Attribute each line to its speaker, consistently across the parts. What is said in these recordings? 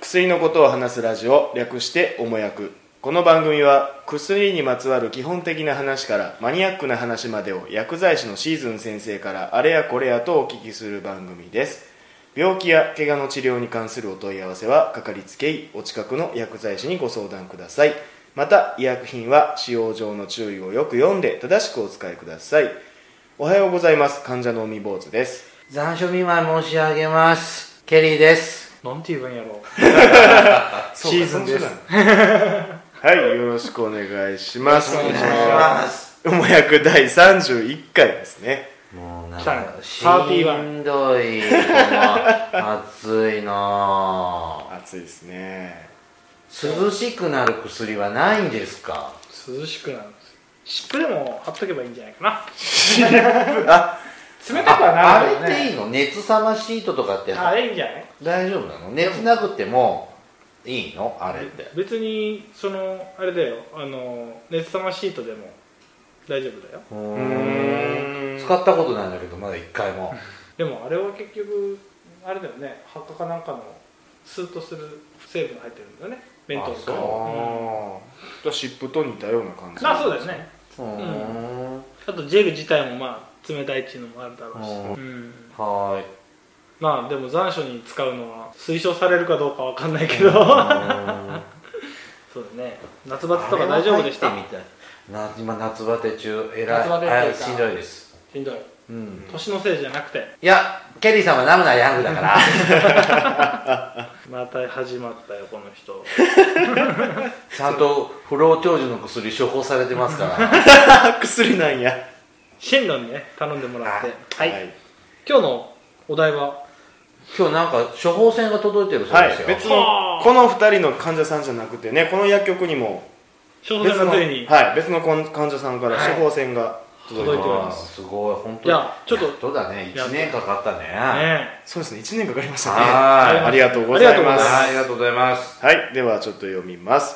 Speaker 1: 薬のことを話すラジオ略しておもやくこの番組は薬にまつわる基本的な話からマニアックな話までを薬剤師のシーズン先生からあれやこれやとお聞きする番組です病気や怪我の治療に関するお問い合わせはかかりつけ医お近くの薬剤師にご相談くださいまた医薬品は使用上の注意をよく読んで正しくお使いくださいおはようございます患者の海坊主です
Speaker 2: 残暑見舞い申し上げますケリーです
Speaker 3: なんて言えばいいんやろ
Speaker 1: シーズンです。はい、よろしくお願いします。
Speaker 3: よろしく
Speaker 2: お願いし
Speaker 3: お願
Speaker 2: ます
Speaker 1: おもやく第31回ですね。
Speaker 2: もうなん
Speaker 3: 来たね
Speaker 2: かし
Speaker 3: 31
Speaker 2: んどいこの暑いなぁ
Speaker 1: 暑いですね。
Speaker 2: 涼しくなる薬はないんですか
Speaker 3: 涼しくなるんですよ湿布でも貼っとけばいいんじゃないかな
Speaker 1: あ、
Speaker 3: 冷たくはな
Speaker 2: あ
Speaker 3: るけど
Speaker 2: あれ
Speaker 3: ね
Speaker 2: でいいの熱冷まシートとかって
Speaker 3: あれいいんじゃない
Speaker 2: 大丈夫なの熱なくてもいいのあれって
Speaker 3: 別にそのあれだよあの熱冷まシートでも大丈夫だよ
Speaker 2: う
Speaker 1: う
Speaker 2: ー
Speaker 1: ー
Speaker 2: ん
Speaker 1: ん。
Speaker 2: 使ったことないんだけどまだ一回も
Speaker 3: でもあれは結局あれだよね発火かなんかのスーッとする成分が入ってるんだよね弁当とか
Speaker 2: あ
Speaker 1: ああ。湿布と似たような感じ。
Speaker 3: まあそうだよ。ね
Speaker 2: うーん
Speaker 3: あとジェル自体もまあ冷たいっていうのもあるだろうし
Speaker 2: うん
Speaker 3: うん
Speaker 2: はーい
Speaker 3: まあでも残暑に使うのは推奨されるかどうかわかんないけど そうだね夏バテとか大丈夫でした
Speaker 2: あれは入ってみたいな今夏バテ中えらい
Speaker 3: 夏バテっていうか
Speaker 2: あれしんどいです、
Speaker 3: しんどい
Speaker 2: うん、
Speaker 3: 年のせいじゃなくて
Speaker 2: いやケリーさんはナムナヤングだから
Speaker 3: また始まったよこの人
Speaker 2: ちゃんと不老長寿の薬処方されてます から
Speaker 1: あ、 薬なんや。
Speaker 3: 進路にね頼んでもらってはい、
Speaker 1: はい。
Speaker 3: 今日のお題は
Speaker 2: 今日なんか処方箋が届いてるそう
Speaker 1: は
Speaker 2: です
Speaker 1: い
Speaker 2: よ、
Speaker 1: 別の
Speaker 3: は、あ
Speaker 1: この二人の患者さんじゃなくてね、この薬局にも、
Speaker 3: 小
Speaker 1: 別
Speaker 3: 説
Speaker 1: の、
Speaker 3: が
Speaker 1: は
Speaker 3: ついに、
Speaker 1: い、別の患者さんから処方箋が届いて
Speaker 3: 届い
Speaker 1: ま
Speaker 3: て
Speaker 1: す。
Speaker 2: あーす
Speaker 3: おりま
Speaker 2: ごい本当
Speaker 3: いやちょっと
Speaker 2: やとだね
Speaker 3: やっ
Speaker 2: 1
Speaker 3: と
Speaker 2: 年かかったね
Speaker 3: ね
Speaker 1: そうですね、一年かかりましたね。
Speaker 2: はーい
Speaker 1: ありがとうござい
Speaker 3: ありがとうご
Speaker 1: ま
Speaker 3: ざいますす。
Speaker 2: はいありがとうございます
Speaker 1: はい、ではちょっと読みます。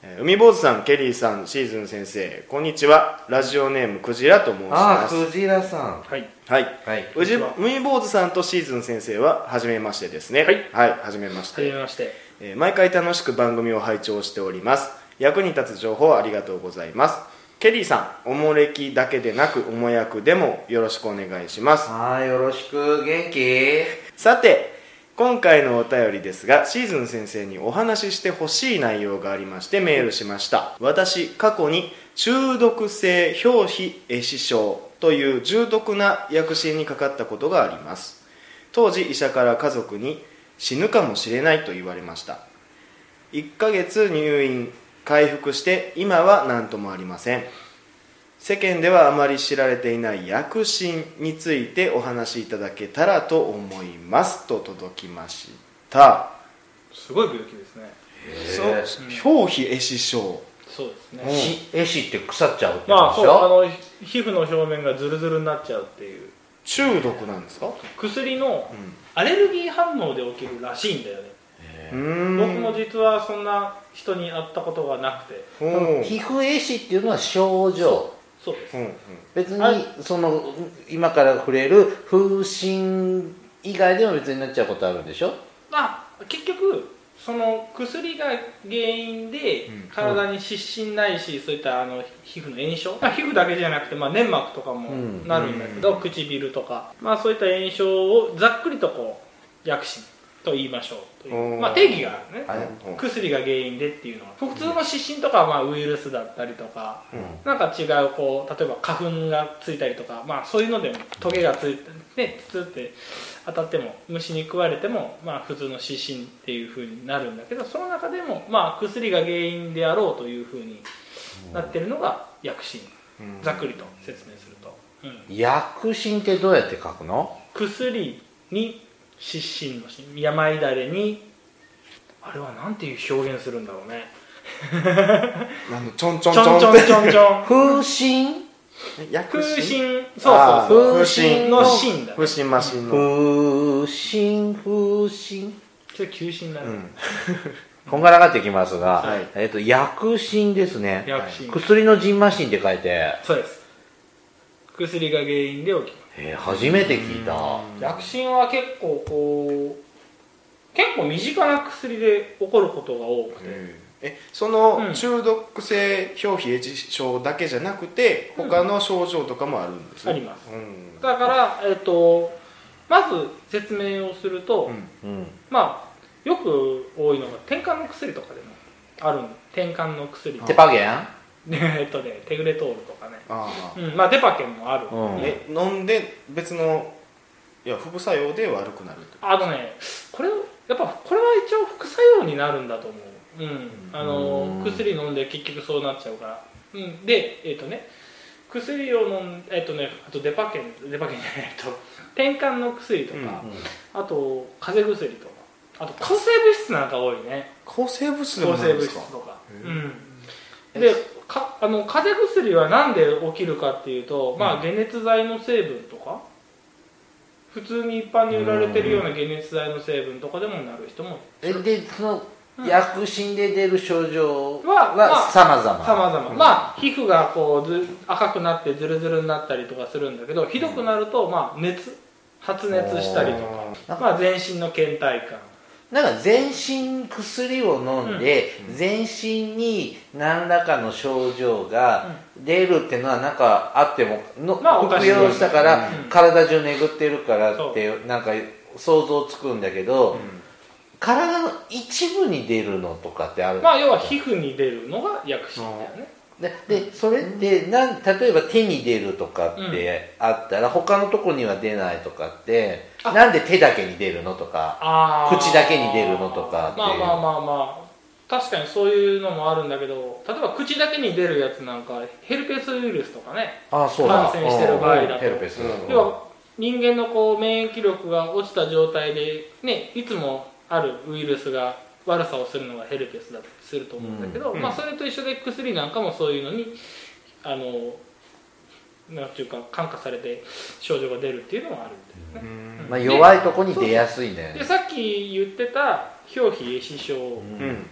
Speaker 1: えー海坊主さん、ケリーさん、シーズン先生、こんにちは。ラジオネームクジラと申し
Speaker 2: あ
Speaker 1: ま
Speaker 2: あ
Speaker 1: す。
Speaker 2: クジラさん
Speaker 3: はい
Speaker 1: はい。
Speaker 2: はいう
Speaker 1: じ
Speaker 3: こんにちは
Speaker 1: 海坊主さんとシーズン先生は、初めましてですね。
Speaker 3: はい。
Speaker 1: はい、初めまし
Speaker 3: はじ
Speaker 1: て、
Speaker 3: めまして
Speaker 1: えー毎回楽しく番組を拝聴しております。役に立つ情報ありがとうございます。ケリーさん、おもれきだけでなく、おもやくでもよろしくお願いします。
Speaker 2: はいよろしく元気
Speaker 1: さて今回のお便りですがシーズン先生にお話ししてほしい内容がありましてメールしました私過去に中毒性表皮壊死症という重篤な薬疹にかかったことがあります当時医者から家族に死ぬかもしれないと言われました1ヶ月入院回復して今は何ともありません世間ではあまり知られていない薬疹についてお話しいただけたらと思いますと届きました、
Speaker 3: すごい病気ですね
Speaker 2: へー
Speaker 1: そう表皮壊死症
Speaker 3: そうですね、
Speaker 1: うん
Speaker 2: しえしって腐っちゃうってこと
Speaker 3: まあ
Speaker 2: でし
Speaker 3: そうあ
Speaker 2: ょ
Speaker 3: のひ皮膚の表面がズルズルになっちゃうっていう
Speaker 1: 中毒なんですか
Speaker 3: 薬の
Speaker 1: うん
Speaker 3: アレルギー反応で起きるらしいんだよね、
Speaker 1: うーん
Speaker 3: 僕も実はそんな人に会ったことがなくて
Speaker 1: うんうん
Speaker 2: 皮膚壊死っていうのは症状
Speaker 3: そうです
Speaker 1: うん
Speaker 2: 別に、
Speaker 3: はい
Speaker 2: その今から触れる風疹以外でも別になっちゃうことあるんでしょ
Speaker 3: まあ結局その薬が原因で
Speaker 1: うん
Speaker 3: 体に湿疹ないし、そういったあの皮膚の炎症、まあ、皮膚だけじゃなくて、まあ、粘膜とかも
Speaker 2: うん
Speaker 3: なるんだけど、
Speaker 1: うん
Speaker 3: 唇とか、まあ、そういった炎症をざっくりとこう薬疹と言いましょうとい
Speaker 1: おー
Speaker 3: う、まあ、定義があるね
Speaker 2: あれ
Speaker 1: うん
Speaker 3: 薬が原因でっていうのは普通の湿疹とかはまあウイルスだったりとか
Speaker 1: うん
Speaker 3: なんか違うこう例えば花粉がついたりとか、まあ、そういうのでもトゲがついてねつつって当たっても虫に食われても、まあ、普通の湿疹っていうふうになるんだけどその中でも、まあ、薬が原因であろうというふうになってるのが薬疹
Speaker 1: うん
Speaker 3: ざっくりと説明すると、うん、
Speaker 2: 薬疹ってどうやって書くの
Speaker 3: 薬に湿疹の疹病だれにあれはなんていう表現するんだろうね
Speaker 1: あのちょんちょん
Speaker 3: ち
Speaker 1: ちょ
Speaker 3: ょ
Speaker 1: ん
Speaker 3: ん
Speaker 1: っ
Speaker 3: ち
Speaker 1: て
Speaker 3: ょんちょんちょ ん
Speaker 2: 風疹
Speaker 1: 薬疹
Speaker 3: 風疹そう
Speaker 1: あ
Speaker 3: そう
Speaker 1: ー
Speaker 2: 風
Speaker 3: そう
Speaker 2: 疹
Speaker 3: の
Speaker 2: の
Speaker 3: 疹だね
Speaker 1: 風疹マシンの
Speaker 2: 風疹風疹
Speaker 3: それ急疹だ
Speaker 1: う
Speaker 3: ね
Speaker 1: ん
Speaker 2: こんがらがってきますが、
Speaker 1: はい
Speaker 2: えっと薬疹ですね
Speaker 3: 薬疹
Speaker 2: 薬のジンマシンって書いて、
Speaker 3: そうです薬が原因で起きま
Speaker 2: えー初めて聞いた
Speaker 3: す薬疹は結構こ結構身近な薬で起こることが多くて、
Speaker 1: えそうの
Speaker 3: ん
Speaker 1: 中毒性表皮炎症だけじゃなくて
Speaker 3: うん
Speaker 1: 他の症状とかもあるんです
Speaker 3: あります
Speaker 1: うん
Speaker 3: だから、えっとまず説明をすると、
Speaker 1: うん
Speaker 2: うん
Speaker 3: まあよく多いのが転換の薬とかでもあるん転換の薬
Speaker 2: テパゲン
Speaker 3: ね えっとねテグレトールとかね、
Speaker 1: ああ
Speaker 3: うん、まあデパケンもある、
Speaker 2: うん
Speaker 1: え飲んで別のいや副作用で悪くなると
Speaker 3: あのねこれやっぱこれは一応副作用になるんだと思う、うん、あ
Speaker 2: う
Speaker 3: の
Speaker 2: ん
Speaker 3: 薬飲んで結局そうなっちゃうから、うん、でえっ、とね薬を飲んえっ、とねあとデパケンデパケンじゃないえっと転換の薬とか、
Speaker 1: うん
Speaker 3: あと風邪薬とかあと抗生物質なんか多いね
Speaker 1: 抗生物質でも
Speaker 3: 抗
Speaker 1: な
Speaker 3: 生
Speaker 1: いん
Speaker 3: 物
Speaker 1: です
Speaker 3: 質
Speaker 1: か
Speaker 3: とか、
Speaker 1: へえ
Speaker 3: うん、でかあの風邪薬はなんで起きるかっていうと、まあ、解熱剤の成分とか普通に一般に売られてるような解熱剤の成分とかでもなる人も
Speaker 2: えでその
Speaker 3: うん
Speaker 2: 薬疹で出る症状
Speaker 3: はま
Speaker 2: は
Speaker 3: あ
Speaker 2: さまざ
Speaker 3: さま
Speaker 2: ま
Speaker 3: ざままあ皮膚がこうず赤くなってズルズルになったりとかするんだけどひどくなると、まあ、熱発熱したりとか、
Speaker 2: あー
Speaker 3: まあ、全身の倦怠感
Speaker 2: なんか全身薬を飲んで、全身に何らかの症状が出るっていうのはなんかあってもの、
Speaker 3: まあおかし
Speaker 2: 服
Speaker 3: い
Speaker 2: 用したから、
Speaker 3: うん
Speaker 2: 体中巡ってるからってなんか想像つくんだけど、体の一部に出るのとかってある
Speaker 3: まあ要は皮膚に出るのが薬疹だよね
Speaker 2: ででそれってなん例えば手に出るとかってあったら、他のとこには出ないとかって
Speaker 3: あ
Speaker 2: なんで手だけに出るのとか
Speaker 3: あー
Speaker 2: 口だけに出るのとかっていう
Speaker 3: まあまあまあまあ確かにそういうのもあるんだけど例えば口だけに出るやつなんかヘルペスウイルスとかね
Speaker 2: ああそうだ
Speaker 3: 感染してる場合だと
Speaker 2: うんヘルペス、
Speaker 1: うん
Speaker 3: 要は人間のこう免疫力が落ちた状態で、ね、いつもあるウイルスが悪さをするのがヘルペスだとすると思うんだけど、
Speaker 1: うん
Speaker 3: まあ、
Speaker 1: うん
Speaker 3: それと一緒で薬なんかもそういうのにあのなんていうか感化されて症状が出るっていうのはあるんだよね。
Speaker 1: うん
Speaker 2: まあ、弱いとこに出やすいんだよ
Speaker 3: で
Speaker 2: ね
Speaker 3: さっき言ってた表皮壊死症、
Speaker 2: うん
Speaker 1: うん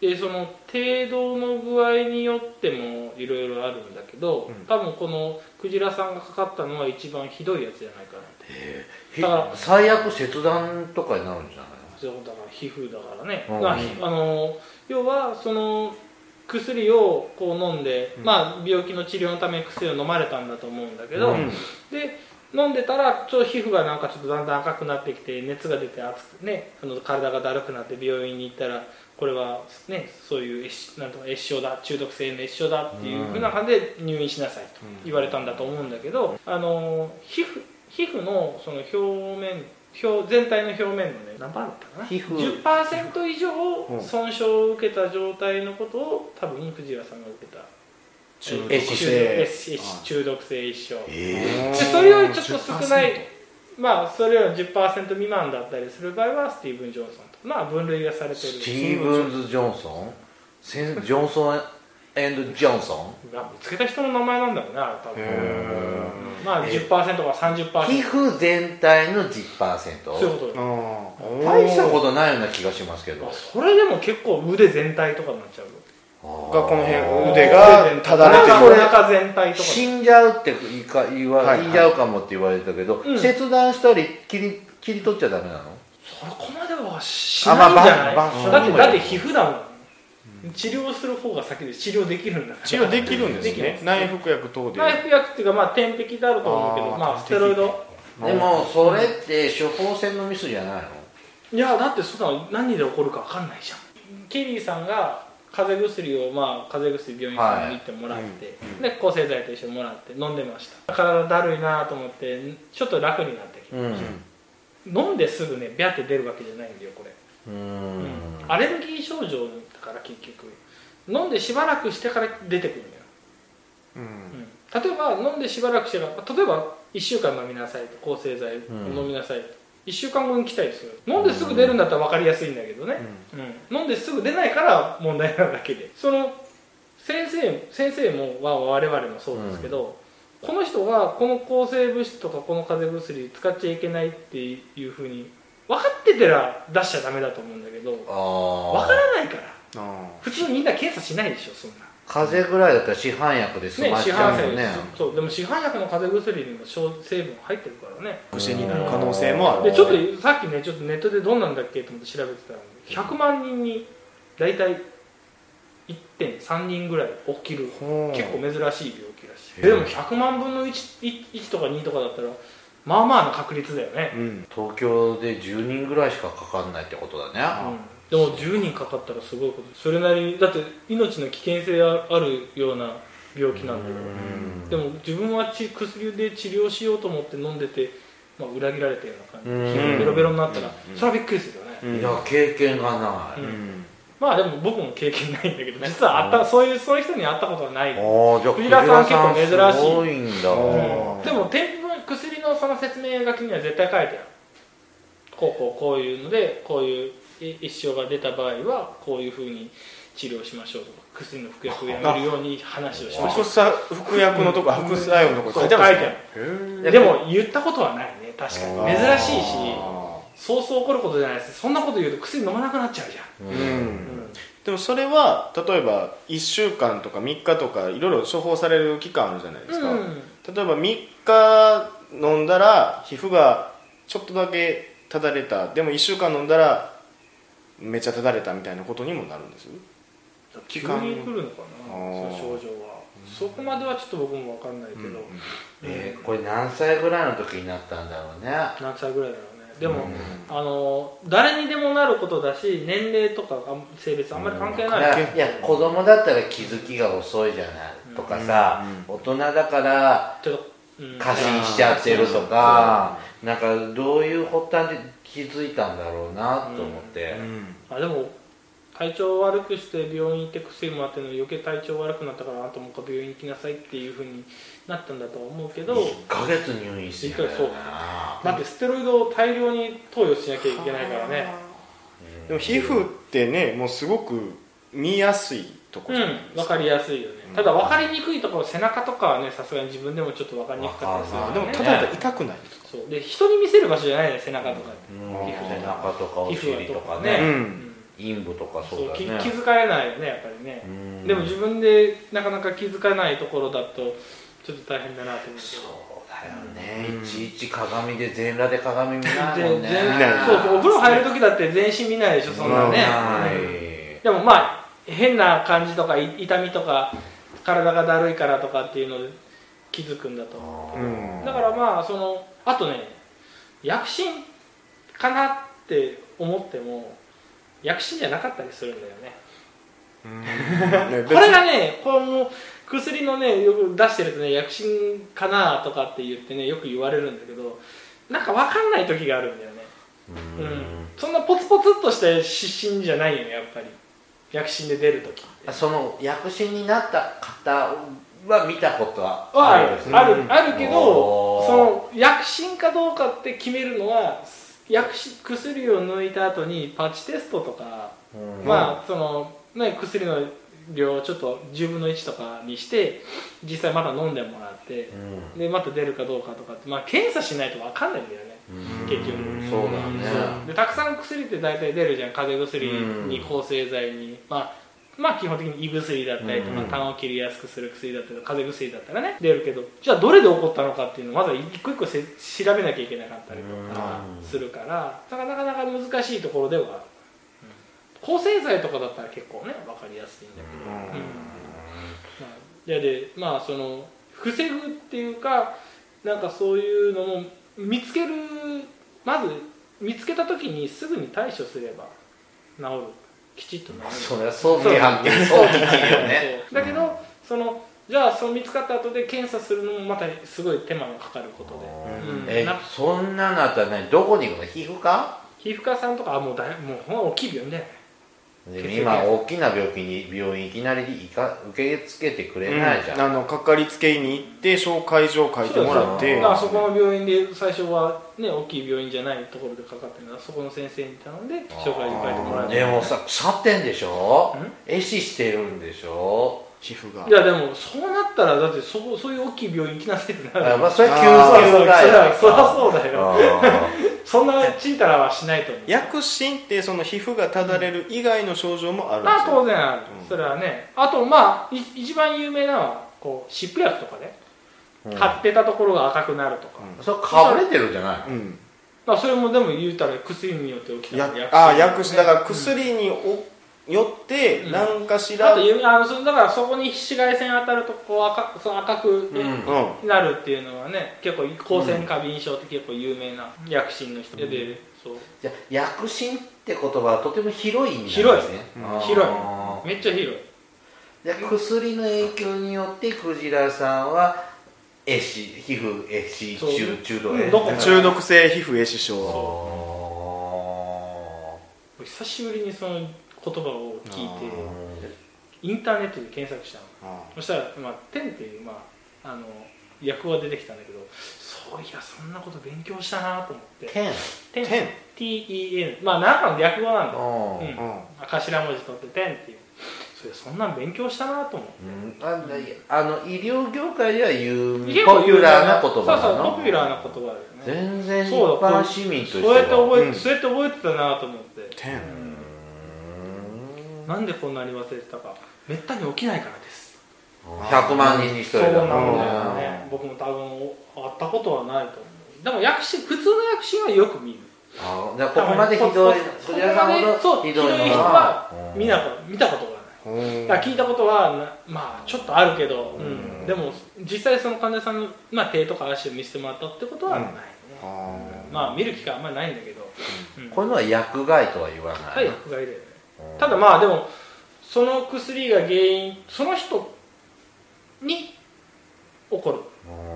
Speaker 3: でその程度の具合によってもいろいろあるんだけど、
Speaker 1: うん
Speaker 3: 多分このクジラさんがかかったのは一番ひどいやつじゃないかなって
Speaker 2: へ
Speaker 3: だから
Speaker 2: 最悪切断とかになるんじゃない
Speaker 3: そうだから皮膚だからね、
Speaker 2: うん
Speaker 3: まあひあの要はその薬をこう飲んで、
Speaker 1: うん
Speaker 3: まあ病気の治療のために薬を飲まれたんだと思うんだけど、
Speaker 1: うん
Speaker 3: で飲んでたらちょっと皮膚がなんかちょっとだんだん赤くなってきて熱が出て熱くねあの体がだるくなって病院に行ったらこれはねそういうえしなんとか熱症だ中毒性の熱症だっていうふうな感じで入院しなさいと
Speaker 1: うん
Speaker 3: 言われたんだと思うんだけど、あの皮膚皮膚のその表面表全体の表面のね何パーだったかな
Speaker 2: 皮膚
Speaker 3: 10%以上
Speaker 1: うん
Speaker 3: 損傷を受けた状態のことを多分藤原さんが受けた
Speaker 1: 中毒
Speaker 3: え
Speaker 1: 性
Speaker 3: ー中毒えー中毒性一症
Speaker 2: え
Speaker 1: うん
Speaker 3: でそれよりちょっと少ない
Speaker 1: 10%
Speaker 3: まあそれより10%未満だったりする場合はスティーブン・ジョンソンとまあ分類がされてる
Speaker 2: スティーブンズ・ジョンソンセンジョンソンエンド・ジョンソ
Speaker 3: あ見つけた人の名前なんだろうねあれ多
Speaker 1: へ
Speaker 3: 分
Speaker 1: え
Speaker 3: まあ10%から
Speaker 2: ン皮
Speaker 3: 30%
Speaker 2: 膚全体の10%
Speaker 3: そういうこと
Speaker 1: あー
Speaker 2: 大したことないような気がしますけど
Speaker 3: あそれでも結構腕全体とかになっちゃうよ
Speaker 1: がこの辺腕
Speaker 2: が
Speaker 1: がただれて
Speaker 2: る
Speaker 3: お腹全体とか
Speaker 2: 死んじゃうって言いか言わ、
Speaker 1: はいはい
Speaker 2: 死んじゃうかもって言われたけど、
Speaker 3: うん
Speaker 2: 切断したり切り切り取っちゃダメなの
Speaker 3: そこまではしないんじゃない、
Speaker 2: あまあ場
Speaker 1: 所
Speaker 3: だっ
Speaker 1: に
Speaker 3: て
Speaker 1: も
Speaker 3: だって皮膚だもん治療する方が先で治療できるんだから
Speaker 1: 治療できるんです
Speaker 3: でき
Speaker 1: ね
Speaker 3: ます
Speaker 1: 内服薬等で
Speaker 3: 内服薬っていうかまあ点滴だろうと思うけど
Speaker 1: あー
Speaker 3: まあ
Speaker 1: 点滴
Speaker 3: ステロイ
Speaker 2: で
Speaker 3: ド
Speaker 2: もそれって処方箋のミスじゃないの
Speaker 3: いやだってそんなの何で起こるか分かんないじゃんケリーさんが風邪薬をまあ風邪薬病院さんに行ってもらって、
Speaker 1: はいうん
Speaker 3: で抗生剤と一緒にもらって飲んでました体だるいなと思ってちょっと楽になってきて、
Speaker 2: うん
Speaker 3: 飲んですぐねビャって出るわけじゃないんだよこれ、
Speaker 2: うん
Speaker 3: アレルギー症状だから結局飲んでしばらくしてから出てくるんだよ
Speaker 1: うん
Speaker 3: うん例えば飲んでしばらくしてから例えば1週間飲みなさいと抗生剤を飲みなさいと、1週間後に来たりする飲んですぐ出るんだったら分かりやすいんだけどね、うん飲んですぐ出ないから問題なだけでその先生先生もは我々もそうですけど、この人がこの抗生物質とかこの風邪薬使っちゃいけないっていうふうに分かってたら出しちゃダメだと思うんだけど分
Speaker 2: あ
Speaker 3: からないから
Speaker 1: あ
Speaker 3: 普通みんな検査しないでしょそんな
Speaker 2: 風邪ぐらいだったら市販薬で済
Speaker 3: ね
Speaker 2: まし
Speaker 3: 市
Speaker 2: ちゃ
Speaker 3: 販
Speaker 2: うよ
Speaker 3: 薬、
Speaker 2: ね
Speaker 3: そうでも市販薬の風邪薬にも小成分入ってるからね
Speaker 1: 癖になる可能性もあ
Speaker 3: で
Speaker 1: る
Speaker 3: ちょっとさっきねちょっとネットでどんなんだっけと思って調べてたら100万人に大体1.3人ぐらい起きる
Speaker 1: ほう
Speaker 3: 結構珍しい病気らし
Speaker 2: へ
Speaker 3: い
Speaker 2: え
Speaker 3: でも100万分の 1, い1とか2とかだったらまあまあの確率だよね、
Speaker 1: うん
Speaker 2: 東京で10人ぐらいしかかかんないってことだね
Speaker 1: あ
Speaker 3: でも10人かかったらすごいことそれなりにだって命の危険性あるような病気なんだから
Speaker 2: うん
Speaker 3: でも自分はち薬で治療しようと思って飲んでて、まあ、裏切られたような感
Speaker 2: うん
Speaker 3: じでベロベロになったら、
Speaker 1: うん
Speaker 3: それはびっくりするよね、
Speaker 1: うん
Speaker 2: いや経験がない、
Speaker 3: う
Speaker 1: うん
Speaker 3: まあでも僕も経験ないんだけど実はあったそういうそういう人に会ったことはない、うん
Speaker 2: おーじゃあ
Speaker 3: クジラさん
Speaker 2: クジラさん
Speaker 3: 結構珍しい
Speaker 2: すごいんだ、
Speaker 1: うんあー
Speaker 3: でも添付薬のその説明書きには絶対書いてあるこうこうこういうのでこういうい一生が出た場合はこういうふうに治療しましょうとか薬の服薬をやめるように話をしましょ
Speaker 1: 副作服薬のとこ、副作用のと
Speaker 3: う
Speaker 1: こ
Speaker 3: そう書
Speaker 1: 書い
Speaker 3: いて
Speaker 1: て
Speaker 3: あ
Speaker 1: あ
Speaker 3: る
Speaker 1: るんですね
Speaker 3: で
Speaker 1: へー
Speaker 3: も言ったことはないね確かに珍しいし
Speaker 1: あ
Speaker 3: そうそう起こることじゃないですそんなこと言うと薬飲まなくなっちゃうじゃん
Speaker 1: ー
Speaker 2: う
Speaker 1: うん
Speaker 3: うん
Speaker 1: でもそれは例えば1週間とか3日とかいろいろ処方される期間あるじゃないですか、
Speaker 3: うん
Speaker 1: 例えば3日飲んだら皮膚がちょっとだけただれたでも1週間飲んだらめっちゃただれたみたいなことにもなるんです
Speaker 3: 急に来るのかな
Speaker 1: あー
Speaker 3: その症状はそこまではちょっと僕も分かんないけど、
Speaker 1: うん
Speaker 2: えーこれ何歳ぐらいの時になったんだろうね
Speaker 3: 何歳ぐらいだろうねでも、
Speaker 2: うん
Speaker 3: あの誰にでもなることだし年齢とかあん性別あんまり関係ない、
Speaker 2: だからいや子供だったら気づきが遅いじゃない、とかさ、大人だから
Speaker 3: ちょっと、うん、
Speaker 2: 過信しちゃってるとか、なんかどういう発端で気づいたんだろうなと思って、
Speaker 1: うん
Speaker 3: あでも体調悪くして病院行って薬もらってるのに余計体調悪くなったからあんたもう一回病院行きなさいっていうふうになったんだとは思うけど
Speaker 2: 1ヶ月入院してる
Speaker 3: 一ヶ月そうだってステロイドを大量に投与しなきゃいけないからね
Speaker 1: でも皮膚ってねもうすごく見やすいとこ
Speaker 3: う
Speaker 1: じゃない
Speaker 3: ん
Speaker 1: で
Speaker 3: 分
Speaker 1: すか、
Speaker 3: かりやすいよ
Speaker 1: う
Speaker 3: ね、
Speaker 1: ん
Speaker 3: ただ分かりにくいところ背中とかはねさすがに自分でもちょっと分かりにくかったりする
Speaker 2: わか
Speaker 3: よ
Speaker 1: で
Speaker 2: んな
Speaker 1: も
Speaker 2: い
Speaker 1: ただ
Speaker 3: ね
Speaker 1: 痛くないんですか、
Speaker 3: そうで人に見せる場所じゃないね背中とかって、
Speaker 2: うん
Speaker 3: 皮膚
Speaker 2: 背中とかお尻とか
Speaker 3: 皮膚は
Speaker 1: う
Speaker 2: ね
Speaker 1: ん
Speaker 3: うん
Speaker 2: 陰部とか
Speaker 3: そ
Speaker 2: そう
Speaker 3: う
Speaker 2: だ
Speaker 3: 気
Speaker 2: ね
Speaker 3: 気づかれないよねやっぱりね
Speaker 2: う、ん
Speaker 3: でも自分でなかなか気づかないところだとちょっと大変だなと思う
Speaker 2: そう
Speaker 3: け
Speaker 2: だよね、
Speaker 1: うん
Speaker 2: いちいち鏡で全裸で鏡見ない
Speaker 3: ど
Speaker 2: もん
Speaker 3: で
Speaker 2: ね
Speaker 3: 全
Speaker 1: 見ない
Speaker 3: そうそうお風呂入る時だって全身見ないでしょそんな
Speaker 1: 呂
Speaker 3: ね、
Speaker 2: な
Speaker 3: うん
Speaker 2: い
Speaker 3: でもまあ変な感じとかい痛みとか体がだるいからとかっていうので気づくんだと思う
Speaker 1: うん
Speaker 3: だからまあそのあとね躍進かなって思っても躍進じゃなかったりするんだよね
Speaker 1: ね別
Speaker 3: こ
Speaker 1: に
Speaker 3: れがねこの薬のねよく出してるとね躍進かなとかって言ってねよく言われるんだけどなんか分かんない時があるんだよね
Speaker 2: う
Speaker 3: うんん、そんなポツポツっとした失神じゃないよねやっぱり躍進で出る時って
Speaker 2: その躍進になった方は見たことは
Speaker 3: はある
Speaker 2: ですね
Speaker 3: あるあるけど
Speaker 2: おー
Speaker 3: その薬疹かどうかって決めるのは薬疹薬を抜いた後にパッチテストとか、
Speaker 2: うん
Speaker 3: まあそのね薬の量をちょっと10分の1とかにして実際また飲んでもらって
Speaker 2: うん
Speaker 3: でまた出るかどうかとかって、まあ、検査しないと分かんないんだよね結局
Speaker 2: うんそうだ
Speaker 3: そう
Speaker 2: ね
Speaker 3: でたくさん薬って大体出るじゃん風邪薬に抗生剤に、まあまあ基本的に胃薬だったりとか、
Speaker 2: うん
Speaker 3: 痰を切りやすくする薬だったりとか風邪薬だったらね出るけどじゃあどれで起こったのかっていうのをまず一個一個せ調べなきゃいけなかったりとか
Speaker 2: うん
Speaker 3: するからだからなかなか難しいところではある、抗生剤とかだったら結構ね分かりやすいんだけど、うんまあいやでまあその防ぐっていうかなんかそういうのも見つけるまず見つけた時にすぐに対処すれば治るきちっと治る
Speaker 2: そりゃ早期発見早期治療ね
Speaker 3: そうだけど、そのじゃあその見つかった後で検査するのもまたすごい手間がかかることで
Speaker 2: うん
Speaker 3: うん
Speaker 2: え
Speaker 3: な
Speaker 2: そんなのあったら何どこに行くの皮膚科
Speaker 3: 皮膚科さんとかあもうだいもうほんま大きい病院だよね
Speaker 2: で
Speaker 3: 血液
Speaker 2: 今大きな病気に病院いきなり行か受け付けてくれないじゃん、
Speaker 1: うんあのかかりつけ医に行って紹介状書いてもらっ
Speaker 2: え
Speaker 1: て
Speaker 2: え
Speaker 3: まあそこの病院で最初はね大きい病院じゃないところでかかってるからそこの先生に頼んで紹介状書いてもらう
Speaker 1: あー
Speaker 2: でもさ腐ってんでしょ
Speaker 3: ん
Speaker 2: 壊死してるんでしょ
Speaker 1: 皮膚が
Speaker 3: いやでもそうなったらだってそうそういう大きい病院行きなさいってなる
Speaker 2: あまあそれは急
Speaker 1: あー
Speaker 2: 増だよ
Speaker 3: そりゃそうだよ
Speaker 2: あ
Speaker 3: そんなちんたらはしないと思う
Speaker 1: 薬疹ってその皮膚がただれる以外の症状もあるんで
Speaker 3: まあ
Speaker 1: すよ、
Speaker 3: 当然ある、
Speaker 1: うん
Speaker 3: それはねあとまあい一番有名なのはこう湿布薬とかね
Speaker 2: ーうん
Speaker 3: 貼ってたところが赤くなるとか、
Speaker 2: それかぶれてるじゃない
Speaker 1: うん
Speaker 3: まあ、それもでも言うたら薬によって起きた
Speaker 1: やあ薬師だから
Speaker 3: うん
Speaker 1: 薬におよって
Speaker 3: うん
Speaker 1: 何かし
Speaker 3: あ
Speaker 1: ら、
Speaker 3: と
Speaker 1: うん
Speaker 3: ゆあのそだからそこに紫外線当たるとこう赤その赤く、ね
Speaker 2: うん
Speaker 3: なるっていうのはね結構光線過敏症って結構有名な薬疹の人で、そう
Speaker 2: じゃあ薬疹って言葉はとても広い意味なんですね
Speaker 1: 広
Speaker 3: 広い
Speaker 2: あ
Speaker 3: めっちゃ広い
Speaker 2: ーじゃあ薬の影響によってクジラさんはエシ皮膚エシ
Speaker 3: そう
Speaker 2: 中中毒
Speaker 3: うんどこ
Speaker 1: 中毒性皮膚壊死症
Speaker 3: そ
Speaker 2: そ
Speaker 3: 久しぶりにその言葉を聞いて
Speaker 1: う
Speaker 3: インターネットで検索したの
Speaker 1: あ
Speaker 3: そしたら「まあ、テン」っていう、まあ、あの訳は出てきたんだけどそういやそんなこと勉強したなと思って
Speaker 2: 天
Speaker 3: 「テン」
Speaker 1: 天
Speaker 3: TEN まあ何かの略語なんだよ、
Speaker 2: う
Speaker 3: うん
Speaker 2: ん
Speaker 1: あ
Speaker 3: 頭文字取って「テン」っていうそれそんなん勉強したなと思って。
Speaker 2: あだいあの医療業界では有
Speaker 3: 結
Speaker 2: 名
Speaker 3: 構
Speaker 2: ポピュラーな言葉
Speaker 3: そう
Speaker 2: な
Speaker 3: そうポ
Speaker 2: の
Speaker 3: ピュラーな言葉だよね
Speaker 2: 全然一
Speaker 3: そうだ
Speaker 2: 般市民として
Speaker 3: そうやって
Speaker 2: は
Speaker 3: 覚えて、
Speaker 1: うん
Speaker 3: そうやって覚えてたなと思って
Speaker 1: 天
Speaker 3: なんでこんなに忘れてたかめったに起きないからです
Speaker 2: 100万人に1人
Speaker 3: そうな
Speaker 2: だ
Speaker 3: んだ
Speaker 1: も
Speaker 3: よ
Speaker 1: ん
Speaker 3: ね僕も多分会ったことはないと思うでも薬師普通の薬師はよく見る
Speaker 2: あじゃあここまでひどい
Speaker 3: そ
Speaker 2: クジ
Speaker 3: こまで
Speaker 2: ラさんほ
Speaker 3: そ
Speaker 2: ど
Speaker 3: う
Speaker 2: ひ
Speaker 3: ひ
Speaker 2: ど
Speaker 3: ど
Speaker 2: い
Speaker 3: い
Speaker 2: の
Speaker 3: 人
Speaker 2: は
Speaker 3: は見なこ見たことがない
Speaker 1: ほー
Speaker 3: だから聞いたことはなまあちょっとあるけど、うんでも実際その患者さんの、まあ、手とか足を見せてもらったってことはないね、
Speaker 1: あ
Speaker 3: まあ見る機会あんまりないんだけど、うん
Speaker 2: こういうのは薬害とは言わ
Speaker 3: は
Speaker 2: ないい
Speaker 3: 薬害だよねただまあでもその薬が原因その人に起こる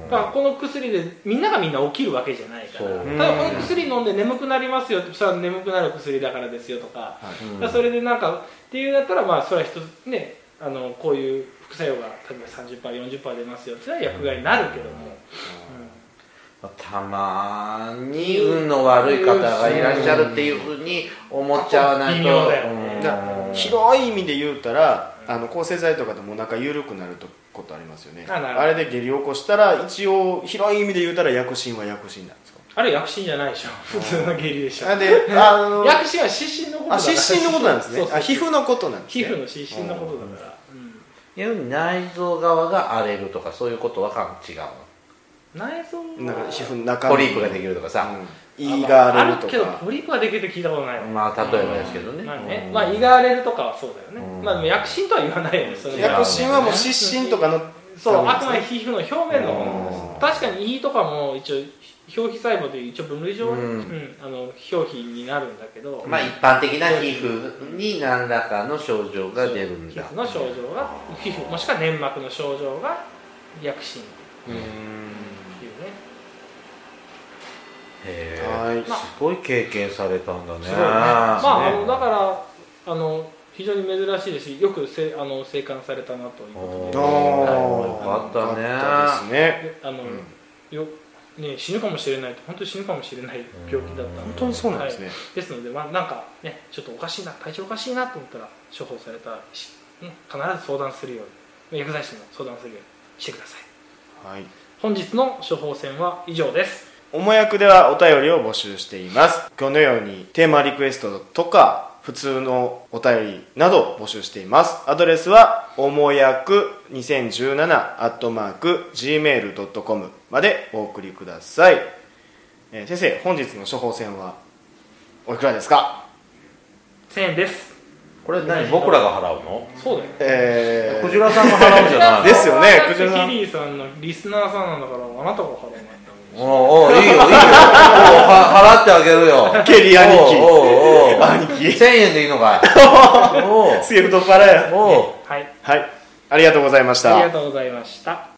Speaker 2: うん
Speaker 3: だからこの薬でみんながみんな起きるわけじゃないから
Speaker 2: そう
Speaker 3: ただこの薬飲んで眠くなりますよってそれは眠くなる薬だからですよとか,、
Speaker 2: うん
Speaker 3: それでなんかっていうんだったらまあそれは一つねあのこういう副作用が例えば 30%40% 出ますよってのは薬害になるけども、うん
Speaker 2: たまに運の悪い方がいらっしゃるっていうふうに思っちゃわないと
Speaker 3: 微妙だよ
Speaker 1: だから広い意味で言うたらあの抗生剤とかでもお腹緩くなるとことありますよね
Speaker 3: あなるほど
Speaker 1: あれで下痢を起こしたら一応広い意味で言うたら薬疹は薬疹なん ですか
Speaker 3: あれ薬疹じゃないでしょ 普通の下痢でしょ
Speaker 1: あで あの
Speaker 3: 薬疹は湿疹のことだ
Speaker 1: あ
Speaker 3: から
Speaker 1: 湿疹のことなんですね
Speaker 3: そうそう
Speaker 1: あ皮膚のことなんです
Speaker 3: 皮
Speaker 1: ね
Speaker 3: 膚の湿疹のことだから、
Speaker 2: いや内臓側が荒れるとかそういうことはか違うの
Speaker 3: 内臓
Speaker 1: なんか皮膚の中
Speaker 2: ポリープができるとかさ、
Speaker 1: うん胃が荒れる
Speaker 3: あ
Speaker 1: と
Speaker 3: るけど
Speaker 1: か
Speaker 3: ポリープはできるって聞いたことないわ
Speaker 2: まあ例えばですけどね,うん、
Speaker 3: まあねまあ、胃が荒れるとかはそうだよね、
Speaker 2: うん
Speaker 3: まあ、でも薬疹とは言わないよねそれ
Speaker 2: い
Speaker 1: 薬
Speaker 2: や
Speaker 3: は
Speaker 1: 疹はもう湿疹とかの
Speaker 3: そうあく
Speaker 1: 多
Speaker 3: ま
Speaker 1: 分
Speaker 3: で
Speaker 1: ですね
Speaker 3: 皮膚の表面の
Speaker 1: う
Speaker 3: も
Speaker 1: ん
Speaker 3: の確かに胃とかも一応表皮細胞という一応分類上はね、
Speaker 2: うん
Speaker 3: うんあの表皮になるんだけど、
Speaker 2: まあ一般的な皮膚に何らかの症状が出るん
Speaker 3: 皮
Speaker 2: だ
Speaker 3: 膚の症状が皮膚もしくは粘膜の症状が薬疹って
Speaker 1: う
Speaker 3: いうね
Speaker 2: へ
Speaker 1: ーんは
Speaker 2: え
Speaker 1: い
Speaker 3: まあ
Speaker 2: すごい経験されたんだね
Speaker 3: すごいね。まあ、あのだからあの非常に珍しいですし、よくせあの生還されたなというこ
Speaker 1: あ
Speaker 3: と
Speaker 1: ー
Speaker 3: で、
Speaker 2: よかったね
Speaker 1: よかったですね
Speaker 3: であの、
Speaker 1: うん
Speaker 3: よね死ぬかもしれないと本当に死ぬかもしれない病気だったので
Speaker 1: 本当にそうなんですね、
Speaker 3: はいですので、まあなんかねちょっとおかしいな体調おかしいなと思ったら処方されたし、ね、必ず相談するように薬剤師にも相談するようにしてください。
Speaker 1: はい
Speaker 3: 本日の処方箋は以上です。
Speaker 1: おもやくではお便りを募集していますこのようにテーマリクエストとか普通のお便りなど募集していますアドレスはおもやく2017アットマーク gmail.com までお送りください、えー先生本日の処方箋はおいくらですか
Speaker 3: 1000円です。
Speaker 2: これ何僕らが払うの
Speaker 3: そうだよ。
Speaker 1: えー
Speaker 2: クジラさんが払うんじゃないの
Speaker 1: ですよねク
Speaker 3: ク
Speaker 1: ジ
Speaker 3: ジ
Speaker 1: ラさん
Speaker 3: ヒリーさんのリスナーさんなんだから、あなたが払わないんだもん。
Speaker 2: おうおういいよいいよおうは払ってあげるよ
Speaker 1: ケリー兄貴
Speaker 2: おうおうおう
Speaker 1: 兄貴
Speaker 2: 1000円でいい のかいおう
Speaker 1: すげえ太っ腹や
Speaker 2: おう
Speaker 3: はい、
Speaker 1: はいありがとうございました
Speaker 3: ありがとうございました。